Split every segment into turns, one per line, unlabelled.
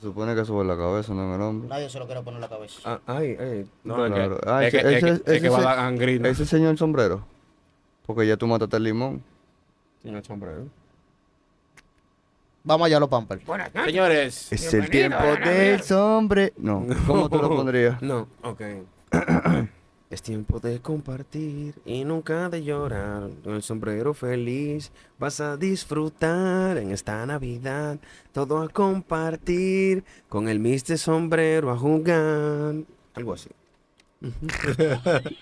Se supone que sobre la cabeza, no en el hombro.
Nadie se lo quiere poner en la cabeza.
Ah, ay, ay. No, es
Claro.
que,
Ah,
es que,
ese-
es que-
ese-
es que va
ese-
la gangrena.
Ese señor sombrero. Porque ya tú mataste el limón.
Señor sombrero.
Vamos allá a los Pampers.
Ah, Señores.
Es el tiempo del sombre. No, ¿cómo tú lo pondrías?
No, ok. es tiempo de compartir y nunca de llorar. Con el sombrero feliz vas a disfrutar en esta Navidad. Todo a compartir. Con el Mister Sombrero a jugar. Algo así.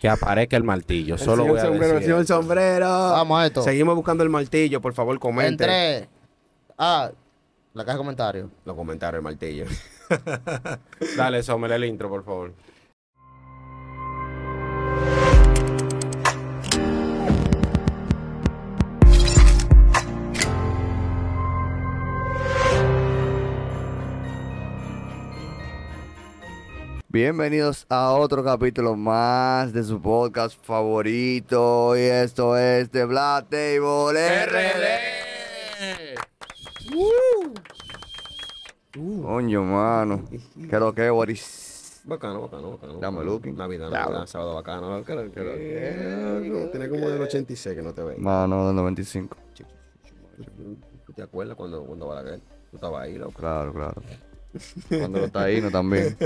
Que aparezca el martillo. Solo voy a decir.
el sombrero.
Vamos a esto.
Seguimos buscando el martillo, por favor,
En
comenten.
tres. Ah, la caja de comentarios.
Los comentarios, el martillo. Dale, Somer, el intro, por favor.
Bienvenidos a otro capítulo más de su podcast favorito. Y esto es The Black Table
RD.
Uh. Coño, mano. Creo que, Boris.
Bacano, bacano, bacano.
Dame
bacano.
looking.
Navidad,
Dame.
Navidad, sábado bacano. Creo, creo que- no, Tiene como del 86 que no te ven.
Mano del 95.
¿Tú ¿Te acuerdas cuando, cuando Balaguer? Tú estabas ahí, loco.
Claro, claro. Cuando lo taínos también.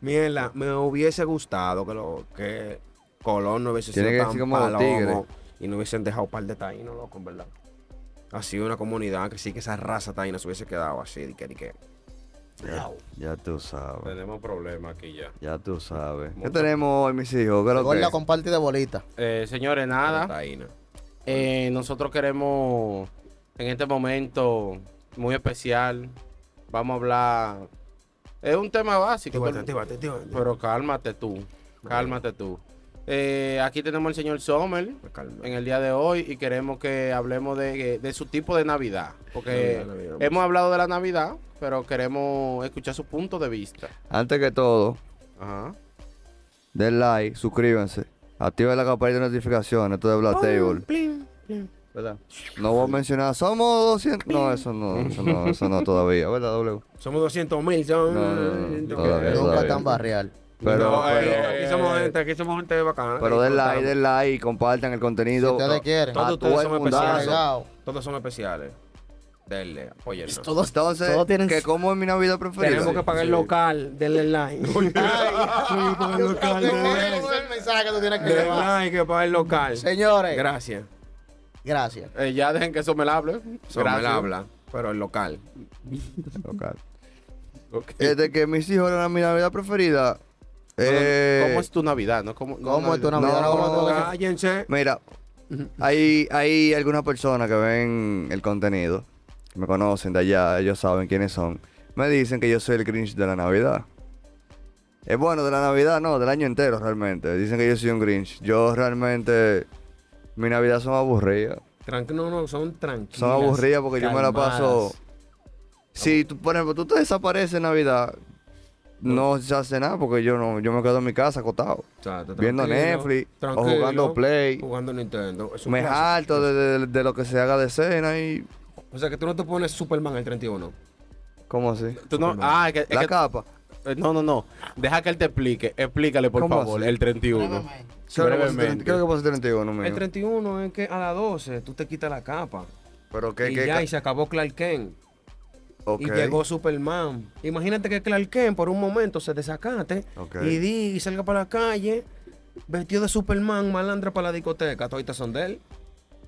Mierda, me hubiese gustado que, lo, que Colón no hubiese
Tiene
sido
que
tan
ser como los
palomo y no hubiesen dejado un par de taínos, loco, en verdad. Así una comunidad que sí que esa raza taína se hubiese quedado así, di que, di que.
Ya tú sabes.
Tenemos problemas aquí ya.
Ya tú sabes. ¿Qué tenemos hoy, mis hijos? Creo
Gorda
que.
con party de bolita.
Eh, señores,
Taína.
nada. Eh, nosotros queremos, en este momento muy especial, vamos a hablar. Es un tema básico.
Actívate,
todo el-
actívate, actívate.
Pero cálmate tú. Cálmate tú. Eh, aquí tenemos al señor Sommer
Pues calma.
en el día de hoy y queremos que hablemos de, de su tipo de Navidad. Porque
Navidad, Navidad.
hemos hablado de la Navidad, pero queremos escuchar su punto de vista.
Antes que todo,
Ajá.
den like, suscríbanse. Activen la campanita de notificaciones. Esto es The Black Table. ¿Verdad? No voy a mencionar, somos 200. No, eso no, eso no, eso no todavía, ¿verdad, W?
Somos 200 mil, son.
No, no, no, no, todavía,
No,
Nunca
todavía.
tan barrial.
Pero,
no, eh,
pero,
aquí, somos gente, aquí somos gente bacana.
pero
y
den like,
contamos.
den like, compartan el
Si
contenido.
ustedes quieren.
Todos
Ah,
ustedes
todo el
son
mundazo.
especiales.
Agregado.
Todos son especiales. Denle, apóyennos.
Todos,
Entonces,
todos tienen
que como es mi Navidad preferida.
Tenemos que pagar el local, denle like. Tenemos que pagar el local,
Ese
denle like.
es el mensaje que tú tienes que
Denle
llevar.
like, que pagar el local.
Señores,
Gracias.
gracias.
Eh, ya dejen que Sommer hable.
Somel
Gracias.
habla, pero el local.
Local.
Ok.
Desde que mis hijos eran mi Navidad preferida.
No, no,
eh,
¿Cómo es tu Navidad? No, ¿Cómo, no
¿Cómo es tu
Navidad?
Navidad?
no,
¿Cómo tú-
Cállense.
Mira, hay, hay algunas personas que ven el contenido, que me conocen de allá, ellos saben quiénes son. Me dicen que yo soy el Grinch de la Navidad. Es bueno, de la Navidad no, del año entero realmente. Dicen que yo soy un Grinch. Yo realmente, mi Navidad son aburridas.
Tran- no, no, son tranquilos.
Son aburridas porque yo me la paso... Si, tú, por ejemplo, tú te desapareces en Navidad, no se hace nada porque yo no, yo me quedo en mi casa acostado. Viendo Netflix, o jugando Play.
Jugando Nintendo. Es un
Me
clásico.
harto de, de- de lo que se haga de cena y...
O sea que tú no te pones Superman el 31.
¿Cómo así?
Tú no- ah, es que- es
La
que-
capa.
eh, no, no, no. Deja que él te explique. Explícale, por
¿Cómo
favor,
así?
el 31.
Creo que pasa
Brevemente.
30 creo que pasa 31, mijo.
El 31 es que a las 12 tú te quitas la capa.
Pero que...
y
que
ya, y se acabó Clark Kent.
ok.
Y llegó Superman. Imagínate que Clark Kent por un momento se desacate
Ok.
y, di- y salga para la calle vestido de Superman, malandra para la discoteca. Todavía son de él.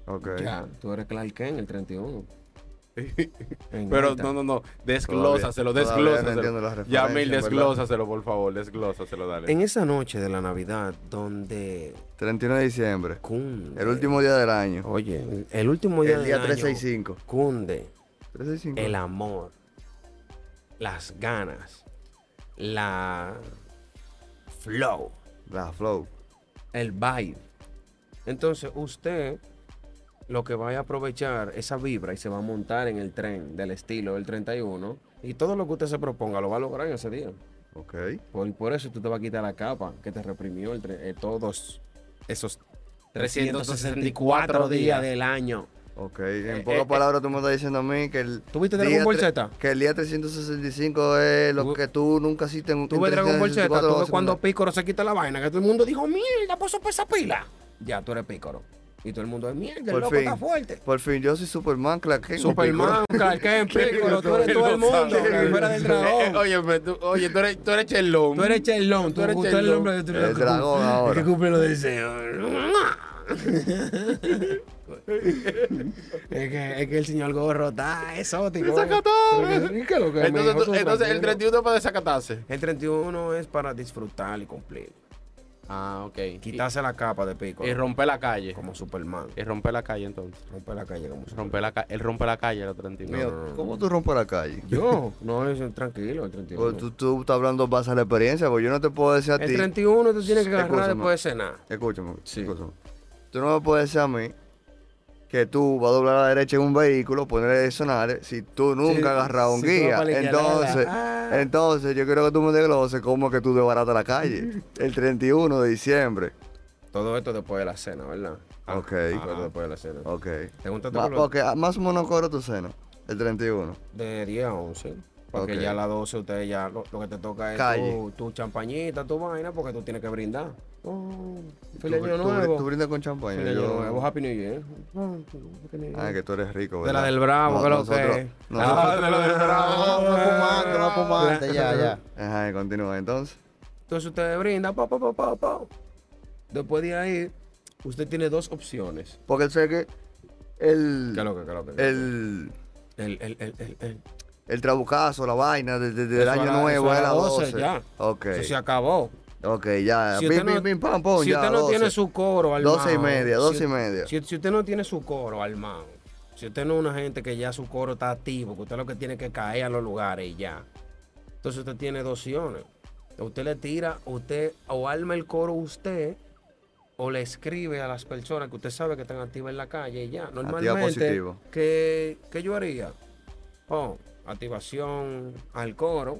Ok.
Ya, tú eres Clark Kent el 31.
Pero no, no, no. Desglósaselo,
Todavía- todavía no entiendo la
desglósaselo.
referencia,
Yamil,
¿verdad?
desglósaselo, por favor. Desglósaselo, dale.
En esa noche de la Navidad, donde
31 de diciembre.
cunde.
El último día del año.
Oye, el último día
El
del
día
año,
365.
Cunde
365.
el amor, las ganas, la flow,
La flow.
el vibe. Entonces usted lo que va a aprovechar esa vibra y se va a montar en el tren del estilo del 31 y todo lo que usted se proponga lo va a lograr en ese día.
Ok.
Por, por eso tú te vas a quitar la capa que te reprimió el tre- eh, todos esos
364
días
días.
del año.
Ok, en
Eh,
pocas
eh,
palabras tú me estás diciendo a mí que el.
¿Tú viste
día
Dragon Ball
tre-
Z?
Que el día 365 es lo
Tú-
que tú nunca hiciste en
Tú ves Dragon Ball Z,
364
tú ves
segundos.
cuando Pícoro se quita la vaina, que todo el mundo dijo, mierda, puso por esa pila. Ya, tú eres Pícoro. Y todo el mundo es mierda, el
Por
loco
fin.
está fuerte.
Por fin, yo soy Superman, Clark Kent.
Superman, Clark Kent, Pícoro, tú eres
Él
todo
no
el mundo,
sabe.
la figura del
Eh, eh,
dragón.
Oye, pero tú, oye, tú eres, tú eres chelón.
Tú eres Chelón, tú
Tú
eres
eres
el
Chelón.
hombre de tu
El dragón
Que
ahora.
cumple los deseos. es, que, es que el señor gorro está exótico. ¿eh?
Desacatado.
¿Qué es lo que es,
¿eh? Entonces,
mijo?
tú-
Tú
entonces
tranquilo.
el 31 para desacatarse.
El 31 es para disfrutar y cumplir.
Ah, ok. Y,
Quitarse la capa de pico.
y romper la calle.
Como Superman.
Y romper la calle entonces.
Rompe la calle como Superman.
Romper la ca- él rompe la calle el 31.
Mío, ¿Cómo tú rompes la calle?
Yo, no, es tranquilo, el 31.
Pues tú, tú estás hablando base a la experiencia, porque yo no te puedo decir a ti.
el 31 tú tienes que agarrar
Escúchame.
después de cenar.
Escúchame,
Sí.
escúchame. Tú no me puedes decir a mí que tú vas a doblar a la derecha en un vehículo, ponerle sonar, si tú nunca has agarrado un
si tú vas
guía.
para la izquierda,
Entonces,
¿verdad?
Ah.
entonces yo quiero que tú me desgloses cómo es que tú desbaratas la calle. El 31 de diciembre.
Todo esto después de la cena, ¿verdad? Ah,
Ok.
todo esto después de la cena.
Ok.
Pregúntate
Ma-
por lo-
ok, ah, más o menos cobra tu cena. El 31.
De 10 a 11. Porque
Ok.
ya a las 12 ustedes ya lo, lo que te toca es
Calle.
Tu, tu champañita, tu vaina, porque tú tienes que brindar. Oh,
Tú,
feliz año
tú brin-
nuevo.
tú brindas con champaña.
Feliz año
yo-
nuevo, Happy New Year.
Ah, que tú eres rico,
de
¿verdad?
la del Bravo,
No,
que lo
nosotros-
que es.
nosotros-
Ah, de la del
Ah,
Bravo.
no fumante, no fumante, ya, ya.
Ajá, continúa entonces.
Entonces ustedes brindan, pa, pa, pa, pa, pa. Después de ahí, usted tiene dos opciones.
Porque sé que
¿Qué
el.
es lo que, qué es lo que? qué es lo
el,
que? El, el, el, el, el.
el trabucazo, la vaina desde el
Eso
año
a la-
nuevo era
eso a
la
las
12.
12, ya.
Ok.
Eso se acabó.
Ok, ya.
Si
Pim,
usted no,
pim, pim, pam, pum,
si
ya,
usted no
12.
tiene su coro armado.
12 y media, 12
si-
y media.
Si, si usted no tiene su coro armado, si usted no es una gente que ya su coro está activo, que usted lo que tiene es que caer a los lugares y ya. Entonces usted tiene dos opciones. Usted le tira, usted o arma el coro usted o le escribe a las personas que usted sabe que están activas en la calle y ya. Normalmente,
positivo.
¿qué, qué yo haría? Oh, activación al coro.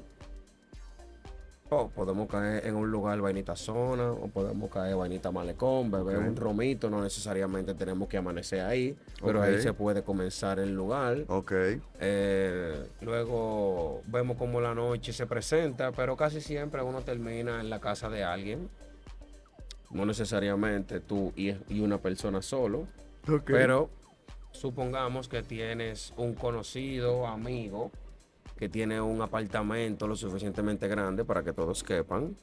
Oh, podemos caer en un lugar vainita zona o podemos caer vainita malecón, beber
Ok.
un romito, no necesariamente tenemos que amanecer ahí, pero
Ok.
ahí se puede comenzar el lugar.
Ok.
Eh, luego vemos cómo la noche se presenta, pero casi siempre uno termina en la casa de alguien. No necesariamente tú y, y una persona solo, pero supongamos que tienes un conocido, amigo, que tiene un apartamento lo suficientemente grande para que todos quepan.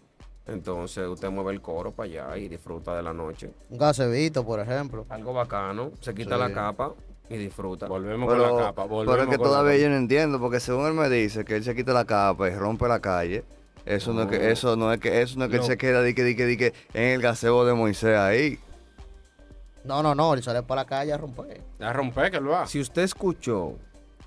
Entonces usted mueve el coro para allá y disfruta de la noche.
Un gasebito, por ejemplo.
Algo bacano, se quita
Sí.
la capa y disfruta.
Volvemos con
Pero,
la capa. Volvemos
pero es que
con la
todavía
capa.
yo no entiendo, porque según él me dice que él se quita la capa y rompe la calle, eso no, es que,
No.
eso no es que, eso no es que él
No.
se queda di que, di que, di que en el gasebo de Moisés ahí.
No, no, no, él sale para la calle a romper.
Ya rompe que lo va.
Si usted escuchó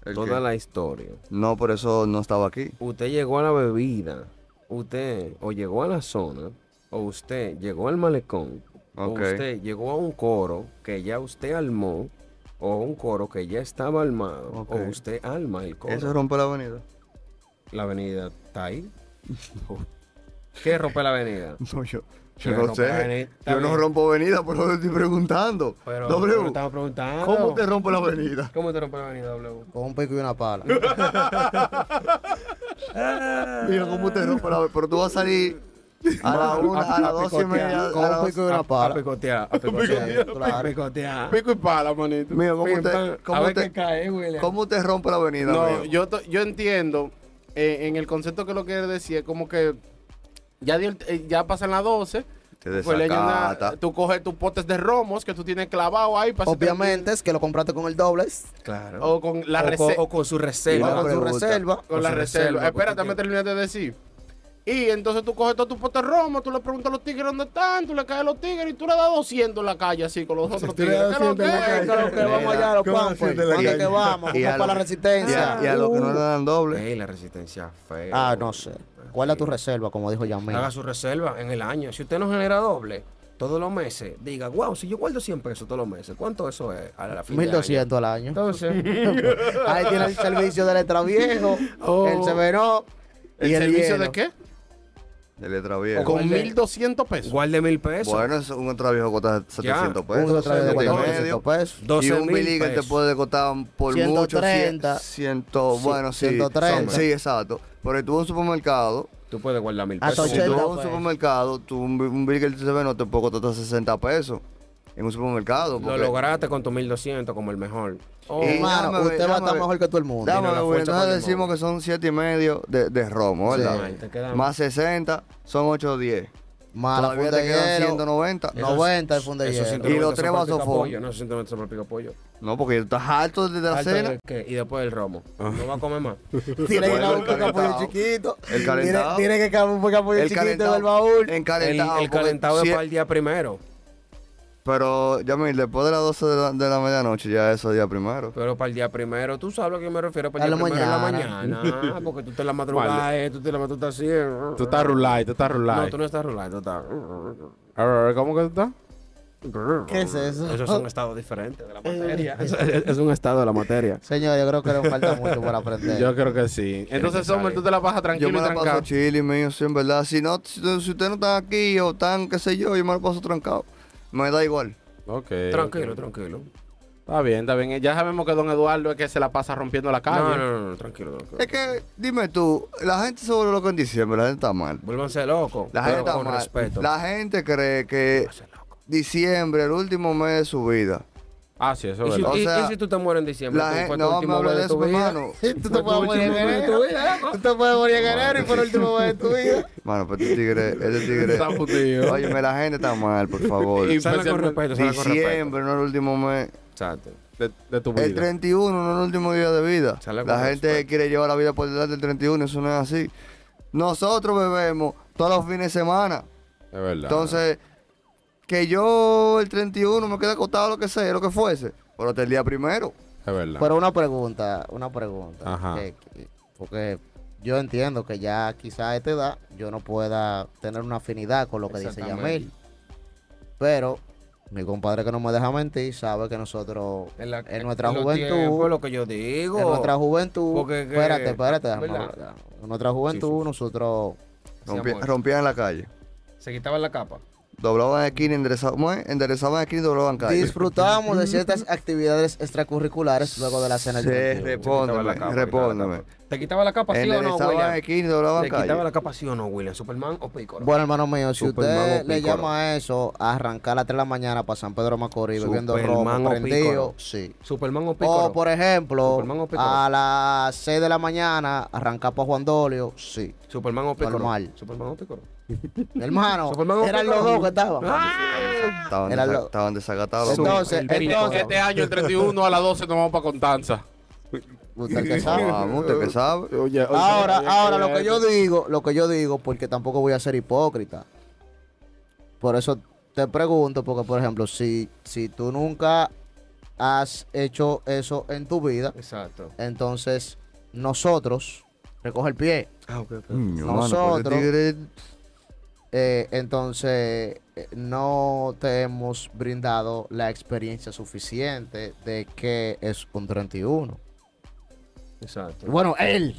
¿El
toda
qué?
la historia,
No, por eso no estaba aquí.
usted llegó a la bebida, usted o llegó a la zona, o usted llegó al malecón,
Ok.
o usted llegó a un coro que ya usted armó, o un coro que ya estaba armado,
Ok.
o usted alma el coro.
Eso rompe la avenida.
La avenida está ahí. ¿Qué rompe la avenida?
No, yo, yo
Pero
no
rompe la avenida,
sé.
está
Yo no
bien.
rompo avenida, por eso te estoy preguntando.
Pero,
W,
pero estaba preguntando.
¿cómo te rompo la avenida?
¿Cómo te rompe la avenida, W?
Con un pico y una pala.
Mira, ¿cómo te rompo la avenida? Pero tú vas a salir a la una, a las dos y media. a
Con un
las-
pico y una
A
pala.
picotear, a picotear.
Claro.
A picotear.
Pico y pala, manito.
Mira, ¿cómo
Pim,
te,
pam.
cómo
a ver
te-
qué cae, William.
cómo te rompo la avenida?
No,
amigo?
yo, to- yo entiendo eh, en el concepto que lo que él decía, como que ya, dio el- eh, ya pasan las 12.
Te
pues le hay una-
desacata.
tú coges tus potes de romos que tú tienes clavado ahí. para hacerte-
Obviamente es que lo compraste con el doble.
Claro.
O con la
o, con,
reserva.
o con su
Y
reserva.
una
va con su
pregunta.
reserva.
Con la
su
reserva.
reserva,
Espera,
porque
también
tiene-
terminé de decir. Y entonces tú coges todos tus potes romos, tú le preguntas a los tigres dónde están, tú le caes a los tigres y tú le das 200 en la calle así con los otros
tú le
tigres.
das
¿Qué lo
200 en la
que es?
calle.
¿Qué lo que
Que
es?
vamos allá a los pampers. ¿Dónde es que vamos?
Y
Vamos
a
para la
lo- Y
resistencia.
a, y a los que no le dan doble.
Ey, la resistencia fea.
Ah, no sé. Guarda tu reserva, como dijo Yamil.
Haga su reserva en el año. Si usted no genera doble todos los meses, diga, wow, si yo guardo 100 pesos todos los meses, ¿cuánto eso es a la fin de año?
1200 al año.
Entonces,
Ahí tiene el servicio del extraviejo,
Oh.
el severó.
¿El
y
servicio
hielo.
de qué?
De letra vieja.
Con-
Con 1.200 pesos.
Guarde mil pesos.
Bueno, es un otra viejo cuesta 700 pesos.
Un otra vez de
Pues, Medio.
400 pesos.
y
12
un
mil
Billigan te
pesos.
puede costar por mucho
130.
100, 100, bueno, sí,
130.
sí, exacto. Pero tú en un supermercado,
Tú puedes guardar mil
Ah,
pesos.
si tú
Ochenta
vas a un
pesos.
supermercado, tú un, bi- un Billigan TV no te puede costar hasta 60 pesos en un supermercado.
Lo
porque-
lograste con tu 1200 como el mejor. Oh,
Y
Hermano,
dame ver,
usted va a
dame
estar
ver.
mejor que todo el mundo.
Dame,
la
güey,
fuerza
entonces
para el
decimos
modo.
que son 7 y medio de, de romo,
Sí.
¿verdad?
Ahí te quedan.
Más 60, son 8 10.
Más Ah, la
Todavía
funda
te
de
quedan
hielo,
190. No,
90 el funda de hielo.
Y los tres vasos
de pollo.
full.
No, 190 para el pico de pollo.
no, porque estás harto desde la
Alto
cena. Ah.
del que- Y después el romo. No va a comer más.
Tiene que
Bueno,
caber
el
un picapollo
calentado.
chiquito.
El calentado.
Tiene, tiene que caber un picapollo chiquito en el baúl.
En
El,
calentado.
el
porque
calentado
si-
es para el día primero.
Pero, ya mira, después de las 12 de la, de la medianoche, ya eso es día primero.
Pero para el día primero, tú sabes a lo que me refiero. Para
A
el
la
día primero en la
mañana.
mañana. Ah, Porque tú te la madrugas, eh, tú te la tú estás así. eh.
Tú estás rulay, tú estás
No,
rulay.
tú no estás rulando, tú estás.
¿Cómo que tú estás?
¿Qué es eso?
Esos son estados diferentes de la
Eh.
materia. es, es un estado de la materia.
Señor, yo creo que le falta mucho por aprender.
Yo creo que sí. Entonces,
que
Sommer,
salir.
tú te la pasas tranquilo
Yo me
y
la paso
trancado.
chile, mío, sí, en verdad. Si no, si, si ustedes no están aquí o están, qué sé yo, yo me la paso trancado. Me da igual.
Ok.
Tranquilo,
ok.
tranquilo.
Está bien, está bien. Ya sabemos que don Eduardo es que se la pasa rompiendo la calle.
No, no, no, no, tranquilo, tranquilo.
Es que, dime tú, la gente se vuelve loca en diciembre, la gente está mal.
Vuélvanse locos.
La gente
pero
está
con
mal.
respeto.
La gente cree que
Vuélvanse locos.
diciembre, el último mes de su vida.
Ah, sí, eso
¿Y
es
si,
verdad.
O
y- y
sea,
si tú te mueres en diciembre?
la
tú,
gente,
fue tu
no me
último
hables
mes
de
tu
eso,
vida.
hermano.
Tú te puedes morir en enero. Tú te puedes morir en enero y por el último mes de tu vida.
Mano, pero este tigre, este
Está
tigre.
fundido.
Óyeme, la gente está mal, por favor.
pues,
Y-
Salga con respeto, salga con respeto.
Diciembre no es el último mes.
Exacto.
de, de tu
El
vida.
31 no es el último día de vida.
Sale con
La gente
respeto.
quiere llevar la vida por delante del 31, eso no es así. Nosotros bebemos todos los fines de semana.
Es verdad.
Entonces, que yo el 31 me quede acostado lo que sea, lo que fuese. Pero hasta el día primero.
es verdad.
Pero una pregunta, una pregunta.
Ajá.
que- que- porque yo entiendo que ya quizá a esta edad yo no pueda tener una afinidad con lo que dice
Exactamente.
Yamil. Pero mi compadre que no me deja mentir sabe que nosotros en,
la-
nuestra
los
juventud...
tiempos,
Lo que yo digo.
En nuestra juventud,
porque que-
espérate, espérate, déjame
¿Verdad?
hablar. En nuestra juventud, nosotros,
Rompi-
amor.
rompían la calle.
Se quitaban la capa.
Doblaban esquina, enderezaban, ¿cómo es? enderezaban esquina y doblaban calle.
disfrutábamos de ciertas actividades extracurriculares luego de la cena. del
Sí,
31.
Se quitaba la
respóndeme,
capa,
respóndeme.
¿Te quitaba la capa, sí o no,
Enderezaban
güey?
esquina y doblaban
¿Le quitaba
calle.
la capa sí o no, William? ¿Superman o Picoro?
bueno, hermano mío, si
Superman
usted
o
le
Pícoro.
llama a eso, arrancar a las 3 de la mañana para San Pedro Macorís bebiendo
Superman
romo
o
prendido,
Pícoro.
sí.
¿Superman o Picoro?
O, por ejemplo,
Superman o Pícoro.
a las 6 de la mañana, arrancar para Juan Dolio, sí.
¿Superman o Picoro?
Normal.
¿Superman o Picoro?
Hermano,
Superman o Ah.
eran los
Pícoro.
dos que estaban.
Estaban,
Era
desa-
lo-
estaban desagatados.
Entonces,
el Pícoro.
entonces,
este año, el 31 a las 12, nos vamos para Contanza.
usted que sabe.
Vamos, usted que sabe.
Oye,
Ahora, ahora lo que yo digo, lo que yo digo, porque tampoco voy a ser hipócrita. Por eso te pregunto, porque por ejemplo, si, si tú nunca has hecho eso en tu vida,
Exacto.
entonces nosotros, recoge el pie,
Ah, ok, ok.
Coño, mano, pero este
Nosotros-
tigre-
eh, entonces eh, no te hemos brindado la experiencia suficiente de que es un 31.
Exacto.
Bueno, él.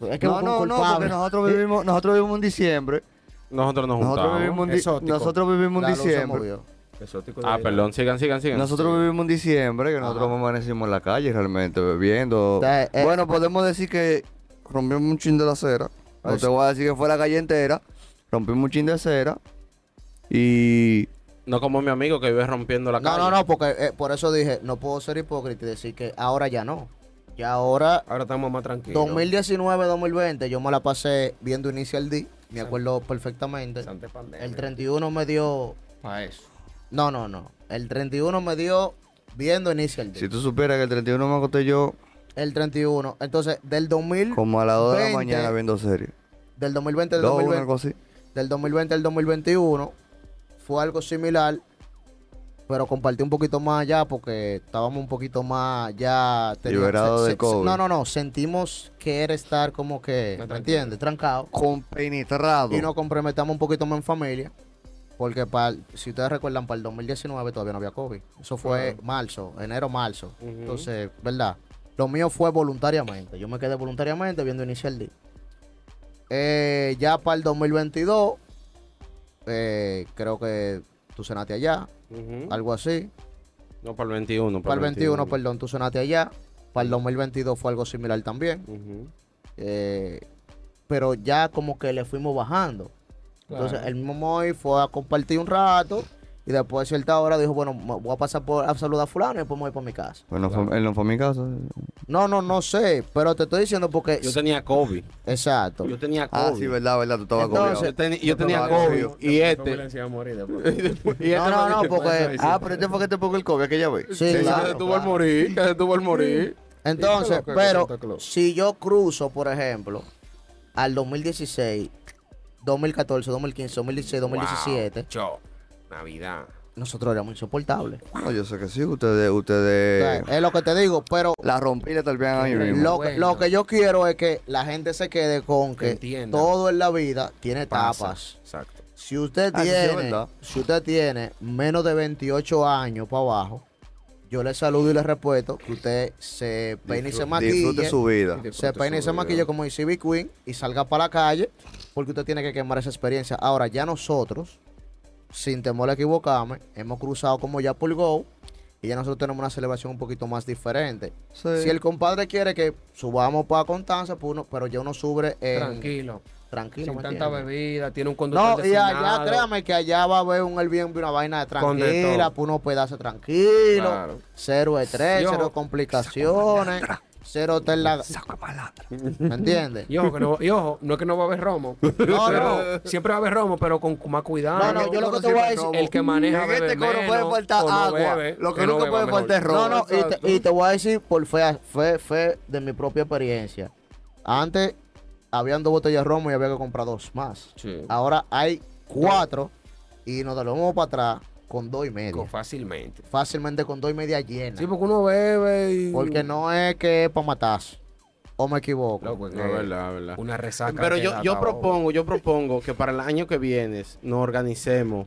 Es que
no,
fue un
no, no, porque
culpable.
nosotros vivimos, nosotros vivimos en diciembre.
Nosotros nos
Nosotros
juntamos.
vivimos en, di-
Exótico.
nosotros vivimos en
La luz se
diciembre.
movió.
Exótico de
Ah,
ahí,
perdón, sigan, sigan, sigan.
Nosotros vivimos en diciembre, que nosotros amanecimos en la calle realmente, bebiendo.
O sea, eh,
bueno, podemos decir que rompimos un chin de la acera. No
Ay,
te
sí.
voy a decir que fue la calle entera. Rompimos un chin de acera. Y
No como mi amigo que vive rompiendo la
No,
calle.
no, no, porque eh, por eso dije, no puedo ser hipócrita y decir que ahora ya no. Ya ahora,
Ahora estamos más tranquilos.
2019, 2020, yo me la pasé viendo Initial D, me acuerdo perfectamente.
Antes pandemia.
El 31 me dio...
Para eso.
No, no, no. El 31 me dio viendo Initial D.
si tú supieras que el 31 me acosté yo
El 31. Entonces, del 2000...
como a las 2 de la
20,
mañana viendo series.
Del 2020 al
Dos, una
2020,
cosa así.
del 2020 al 2021 fue algo similar, pero compartí un poquito más allá porque estábamos un poquito más ya
Liberado del
de
COVID.
No, no, no, sentimos que era estar como que, ¿me entiendes? Trancado
Compenetrado.
y nos comprometamos un poquito más en familia. Porque para, el- si ustedes recuerdan, para el 2019 todavía no había COVID. Eso fue marzo, enero, marzo. Entonces, ¿verdad? Lo mío fue voluntariamente. Yo me quedé voluntariamente viendo Inicial D. Eh, ya para el 2022, eh, creo que tú cenaste allá,
Ujú.
algo así.
No, para el 21.
Para el 21, perdón, tú cenaste allá. Para el 2022 fue algo similar también.
Ujú.
Eh, pero ya como que le fuimos bajando. Entonces el mismo Moy fue a compartir un rato y después de cierta hora dijo, bueno, me voy a pasar por, a saludar a fulano y después me voy para mi casa.
Bueno, fue- él no fue a mi casa.
No, no, no sé, pero te estoy diciendo porque...
Yo tenía COVID.
Exacto.
Yo tenía COVID.
Ah, sí, verdad, verdad, tú estabas
Entonces,
comiendo.
yo, teni- yo tenía
estaba
COVID.
confiado.
Y este.
Se va a morir después.
y este
No, no, no,
me-
porque...
Ah, pero este fue que te pongo el COVID aquella vez.
Sí,
que
claro,
se detuvo
claro.
al morir. Que se detuvo al morir.
Entonces,
Santa
pero
Claus.
si yo cruzo, por ejemplo, al 2016, 2014, 2015, 2016, 2017,
Cho. Navidad.
nosotros éramos insoportables. Eh,
No, yo sé que sí, ustedes, ustedes.
Es lo que te digo, pero
La rompí la tal vez ahí mismo.
lo,
bueno.
lo que yo quiero es que la gente se quede con que
Entienda.
todo en la vida tiene
Pasa.
etapas.
Exacto.
Si usted
Ah, eso sí es
tiene,
verdad.
si usted tiene menos de 28 años para abajo, yo le saludo y le respeto que usted se peine y se
Disfrute-
maquille.
Disfrute su vida.
se peine y se maquille como dice Ivy Queen y salga para la calle porque usted tiene que quemar esa experiencia. Ahora, ya nosotros, sin temor a equivocarme, hemos cruzado como ya por Go y ya nosotros tenemos una celebración un poquito más diferente.
Sí.
Si el compadre quiere que subamos para Constanza, pues uno- pero ya uno sube en,
Tranquilo.
tranquilo,
Sin
¿me
tanta
entiendes?
bebida. Tiene un conductor
No, y allá,
designado.
créame que allá va a haber un Airbnb, una vaina de
Con de
tranquila,
todo.
pues uno pedazo tranquilo,
Claro.
cero estrés,
Yo-
cero complicaciones, cero hotel la- ¿Me entiendes?
Y ojo, que no, y ojo, no es que no va a haber romo.
No,
pero Siempre va a haber romo, pero con más cuidado.
No, no, yo lo que te voy a decir-
El que maneja.
En este
bebe
coro puede
menos,
faltar
o no
agua.
bebe,
Lo que
no
nunca
beba
puede
mejor.
faltar es romo.
No, no, y te, y te voy a decir por fe, fe, fe de mi propia experiencia. Antes habían dos botellas de romo y había que comprar dos más.
Sí.
Ahora hay cuatro y nos vamos para atrás con dos y media.
Con- Fácilmente.
Fácilmente con dos y media llenas.
Sí, porque uno bebe y.
Porque no es que es para matarse. O me equivoco.
Loco, es
Pues No,
que
verdad, verdad.
Eh, Una resaca.
Pero
que
yo,
da
yo
hasta hoy.
propongo, yo propongo que para el año que viene nos organicemos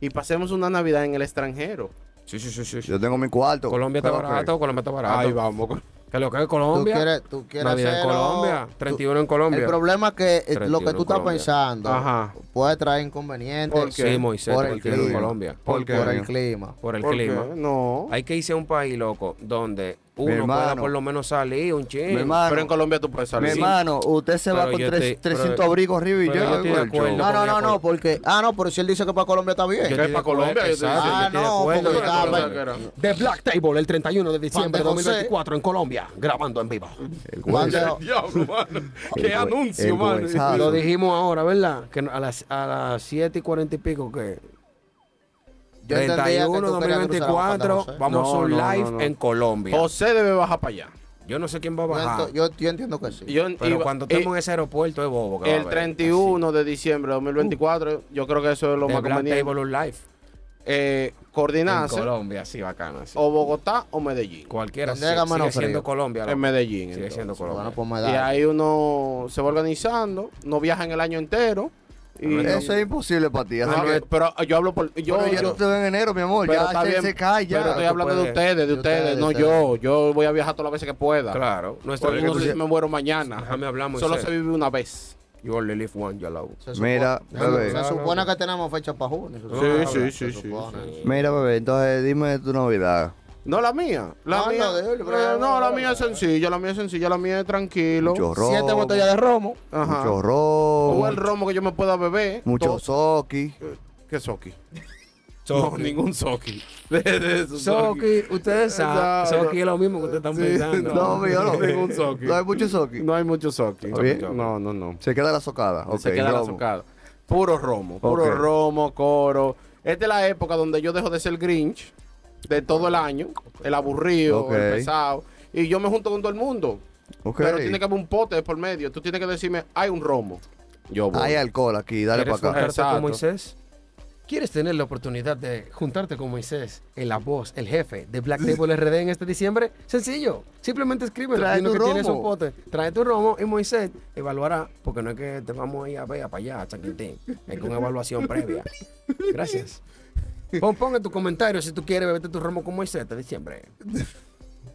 y pasemos una Navidad en el extranjero.
Sí, sí, sí. sí, sí.
Yo tengo mi cuarto.
Colombia está
Pero,
barato, Colombia está barato.
Ahí vamos.
Que lo que es
Tú
Colombia.
quieres, tú quieres
Navidad en
hacerlo-
Colombia.
tú-
31 en
El
Colombia.
problema es que eh, lo
31
que tú estás
Colombia.
pensando
Ajá.
puede traer inconvenientes
¿Por qué?
Sí, Moisés,
Por
por
el
el en
clima.
Colombia.
¿Por qué?
por el clima.
Por el
¿Por qué?
clima.
No.
Hay que irse a un país, loco, donde uno pueda
hermano.
por lo menos salir un
Mi
ching.
hermano,
Pero en Colombia tú puedes
mi
salir.
hermano, usted se va
Pero
con
yo
tres-
estoy-
300
pero-
abrigos arriba y
pero
ya.
yo estoy de
el show.
acuerdo.
No, no,
comía
no, no,
por-
porque. Ah, no, pero si él dice que para Colombia está bien.
Yo
Que
estoy
pa'
de acuerdo,
Colombia, yo te
exacto, yo
digo.
Ah,
estoy de
no,
acuerdo,
porque
yo estoy de
estaba-
acuerdo. The Black Table el 31 de diciembre de
José.
2024 en Colombia, grabando en vivo.
El
Cuando-
Diablo, mano.
El
Qué
güey-
anuncio,
el
mano.
güeyzado.
Lo dijimos ahora, ¿verdad? Que a las, a las 7 y 40 y pico que...
Yo entendía que
31
tú querías cruzar a Juan
2024,
Carlos, ¿eh?
vamos a
No,
un
no, no,
live
no.
en Colombia.
José debe bajar para allá.
Yo no sé quién va a
Yo
bajar,
ento- Yo, eh, yo entiendo que sí.
Yo-
pero
y-
cuando
y-
estemos en ese aeropuerto es bobo. que va a
el
haber,
31 de diciembre de 2024, yo creo que eso es
así.
lo
The
más
Black
conveniente.
Table un live
Eh,
en
coordinarse
Colombia, sí, bacano. así.
o Bogotá o Medellín.
Cualquiera, sí,
Donde haga
sigue
menos
siendo
frío.
Colombia.
En
loco.
Medellín.
Sigue
entonces.
siendo Colombia.
Bueno, pues me
Y
da.
ahí uno se va organizando, no viajan el año entero. Y,
Eso es imposible para ti. así
Ah,
que-
pero yo hablo por. Yo,
Pero ya
yo-
tú te ves en enero, mi amor.
pero
Ya
está
se-
bien,
se cae ya.
Pero estoy
tú
hablando de
puedes.
ustedes, de
De ustedes,
ustedes, no
de
yo. Yo voy a viajar todas las veces que pueda.
Claro, nuestra
Porque no sé si me muero mañana.
Déjame hablar, Moisés.
Solo se vive una vez.
You only live one, you love.
Se
Mira,
supone- se-
bebé.
Se supone que tenemos fecha para junio. se supone.
Sí,
Se
sí, sí, sí.
supone.
Mira, bebé, entonces dime de tu novedad.
No la mía. La
Ah,
No,
mía.
no, déjalo, pero-
eh, no, la mía es sencilla, la mía es sencilla, la mía es tranquilo.
Mucho robo.
Siete botellas de romo.
Ajá.
Mucho robo.
O el romo que yo me pueda beber.
Mucho
To-
soki.
¿Qué soki? No, ningún soki. De- de esos
Soki, ustedes saben.
Exacto.
Soki es lo mismo que ustedes están pensando.
No,
Soki.
mío, no.
Ningún soki.
No hay mucho soki.
No hay mucho soki.
Está bien.
No, no, no.
Se queda la socada. Ok,
se queda la
robo.
socada. Puro romo, puro
Ok.
romo, coro. Esta es la época donde yo dejo de ser Grinch de todo el año, el aburrido,
Ok.
el pesado. Y yo me junto con todo el mundo.
Ok.
Pero tiene que haber un pote de por medio. Tú tienes que decirme, hay un romo. Yo voy.
Hay alcohol aquí, dale
¿Quieres
para acá.
juntarte
Exacto.
con Moisés? ¿Quieres tener la oportunidad de juntarte con Moisés, en la voz, el jefe de Black Table RD en este diciembre? Sencillo, simplemente escribe
Trae
diciendo
tu
que tienes
romo.
un pote, trae tu romo y Moisés evaluará, porque no es que te vamos a ir a ver para allá, a Chaquintín, es con evaluación previa. Gracias. Pon, pon en tu comentario si tú quieres beberte tu romo con Moisés este diciembre.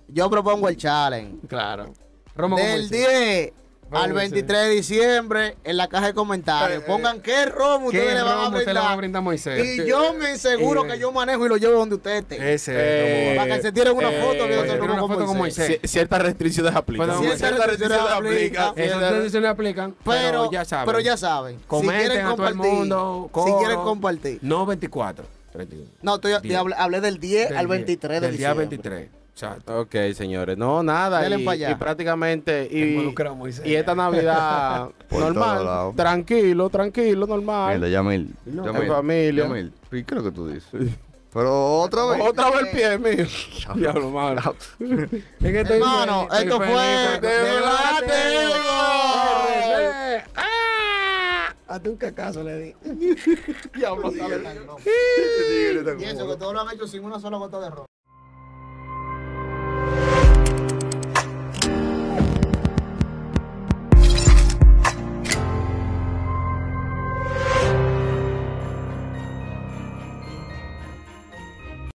Yo propongo el challenge.
Claro. Romo con
Del
Moisés.
10 al 23 de diciembre en la caja de comentarios. Pongan qué romo
¿Qué
ustedes le van a
romo usted le va a
brindar.
brindar a Moisés?
Y yo me aseguro que yo manejo y lo llevo donde usted esté.
Eh, Ese
Eh,
romo.
para que se tiren una
eh,
foto. que yo
para que
tengo
tiren una
como
foto con
Moisés.
Moisés.
Ci- Ciertas restricciones aplican.
Bueno,
Ciertas
Ciertas restricciones
aplican.
aplican.
Esas decisiones aplican,
Pero,
pero ya saben.
pero ya saben.
Comenten
si quieren
a todo el
compartir,
mundo,
si
coro.
quieren compartir.
No 24. 31.
No, estoy,
Diez.
hablé, hablé del 10
Del
al
diez.
23 de
Del día
diciembre.
23. Exacto.
Ok, señores. No, nada.
Dele
Y,
pa' allá.
y prácticamente. Y,
Involucra a Moisés.
y esta Navidad
Por todos lados.
normal. Tranquilo, tranquilo, normal.
Mira, Yamil.
No.
Yamil,
En familia.
Yamil, ¿y qué es lo que tú dices? Pero otra vez.
Otra vez el pie mío. Diablo, mano.
Es que estoy
Hermano,
feliz,
esto
estoy
fue
feliz,
Debate Ah. Ego.
Hasta Ah. un cacazo le di.
Y eso que todos lo han hecho sin una sola gota de ropa.